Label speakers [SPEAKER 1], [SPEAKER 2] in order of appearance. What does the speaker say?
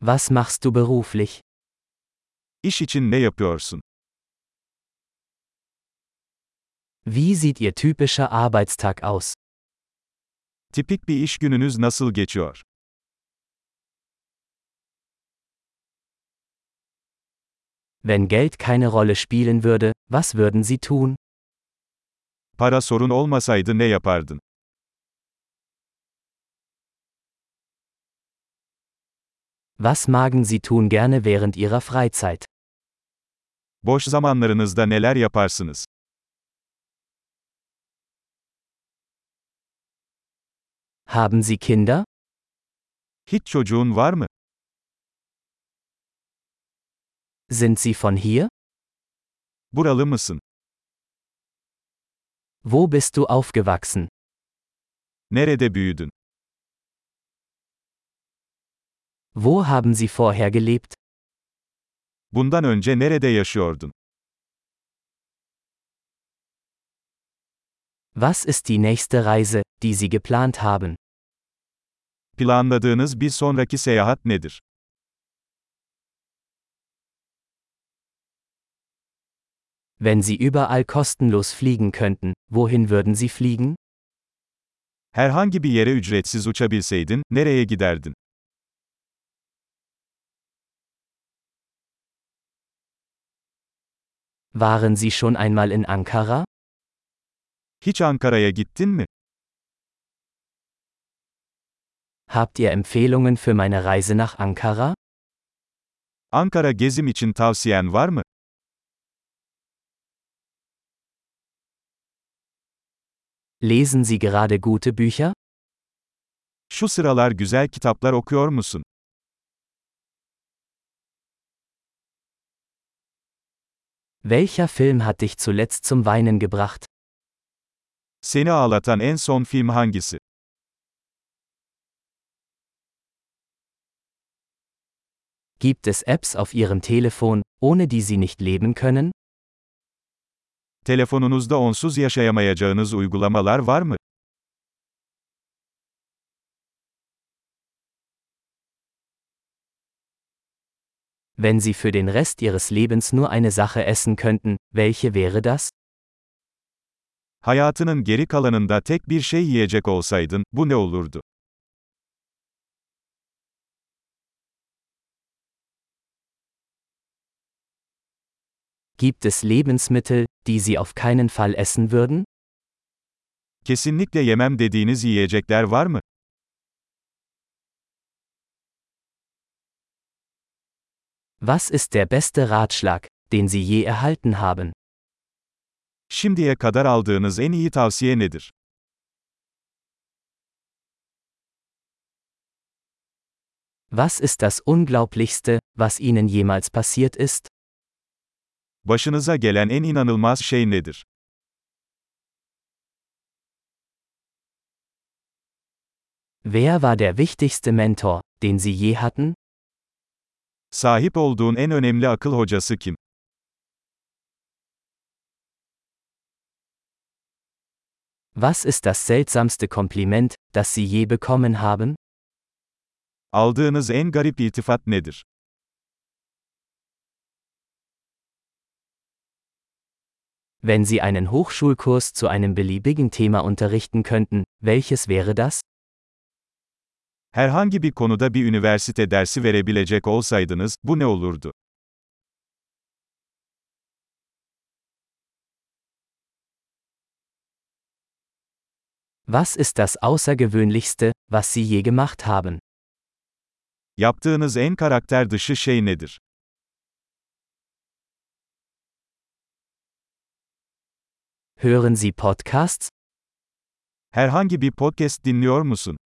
[SPEAKER 1] Was machst du beruflich?
[SPEAKER 2] İş için ne yapıyorsun?
[SPEAKER 1] Wie sieht Ihr typischer Arbeitstag aus?
[SPEAKER 2] Tipik bir iş gününüz nasıl geçiyor?
[SPEAKER 1] Wenn Geld keine Rolle spielen würde, was würden Sie tun?
[SPEAKER 2] Para sorun olmasaydı ne yapardın?
[SPEAKER 1] Was magen Sie tun gerne während Ihrer Freizeit?
[SPEAKER 2] Boş zamanlarınızda neler yaparsınız?
[SPEAKER 1] Haben Sie Kinder?
[SPEAKER 2] Hiç çocuğun var mı?
[SPEAKER 1] Sind Sie von hier?
[SPEAKER 2] Buralı mısın?
[SPEAKER 1] Wo bist du aufgewachsen?
[SPEAKER 2] Nerede büyüdün?
[SPEAKER 1] Wo haben Sie vorher gelebt?
[SPEAKER 2] Bundan önce nerede yaşıyordun?
[SPEAKER 1] Was ist die nächste Reise, die Sie geplant haben?
[SPEAKER 2] Planladığınız bir sonraki seyahat nedir?
[SPEAKER 1] Wenn Sie überall kostenlos fliegen könnten, wohin würden Sie fliegen?
[SPEAKER 2] Herhangi bir yere ücretsiz uçabilseydin, nereye giderdin?
[SPEAKER 1] Waren Sie schon einmal in Ankara?
[SPEAKER 2] Hiç Ankara'ya gittin mi?
[SPEAKER 1] Habt ihr Empfehlungen für meine Reise nach Ankara?
[SPEAKER 2] Ankara gezim için tavsiyen var mı?
[SPEAKER 1] Lesen Sie gerade gute Bücher?
[SPEAKER 2] Şu sıralar güzel kitaplar okuyor musun?
[SPEAKER 1] Welcher Film hat dich zuletzt zum Weinen gebracht?
[SPEAKER 2] Seni ağlatan en son film hangisi?
[SPEAKER 1] Gibt es Apps auf Ihrem Telefon, ohne die Sie nicht leben können?
[SPEAKER 2] Telefonunuzda onsuz yaşayamayacağınız uygulamalar var mı?
[SPEAKER 1] Wenn Sie für den Rest Ihres Lebens nur eine Sache essen könnten, welche wäre das?
[SPEAKER 2] Hayatının geri kalanında tek bir şey yiyecek olsaydın, bu ne olurdu?
[SPEAKER 1] Gibt es Lebensmittel, die Sie auf keinen Fall essen würden?
[SPEAKER 2] Kesinlikle yemem dediğiniz yiyecekler var mı?
[SPEAKER 1] Was ist der beste Ratschlag, den Sie je erhalten haben?
[SPEAKER 2] Şimdiye kadar aldığınız en iyi tavsiye nedir?
[SPEAKER 1] Was ist das Unglaublichste, was Ihnen jemals passiert ist?
[SPEAKER 2] Başınıza gelen en inanılmaz şey nedir?
[SPEAKER 1] Wer war der wichtigste Mentor, den Sie je hatten?
[SPEAKER 2] Sahip olduğun en önemli akıl hocası kim?
[SPEAKER 1] Was ist das seltsamste Kompliment, das Sie je bekommen haben?
[SPEAKER 2] Aldığınız en garip iltifat nedir?
[SPEAKER 1] Wenn Sie einen Hochschulkurs zu einem beliebigen Thema unterrichten könnten, welches wäre das?
[SPEAKER 2] Herhangi bir konuda bir üniversite dersi verebilecek olsaydınız, bu ne olurdu?
[SPEAKER 1] Was ist das Außergewöhnlichste, was Sie je gemacht haben?
[SPEAKER 2] Yaptığınız en karakter dışı şey nedir?
[SPEAKER 1] Hören Sie Podcasts?
[SPEAKER 2] Herhangi bir podcast dinliyor musun?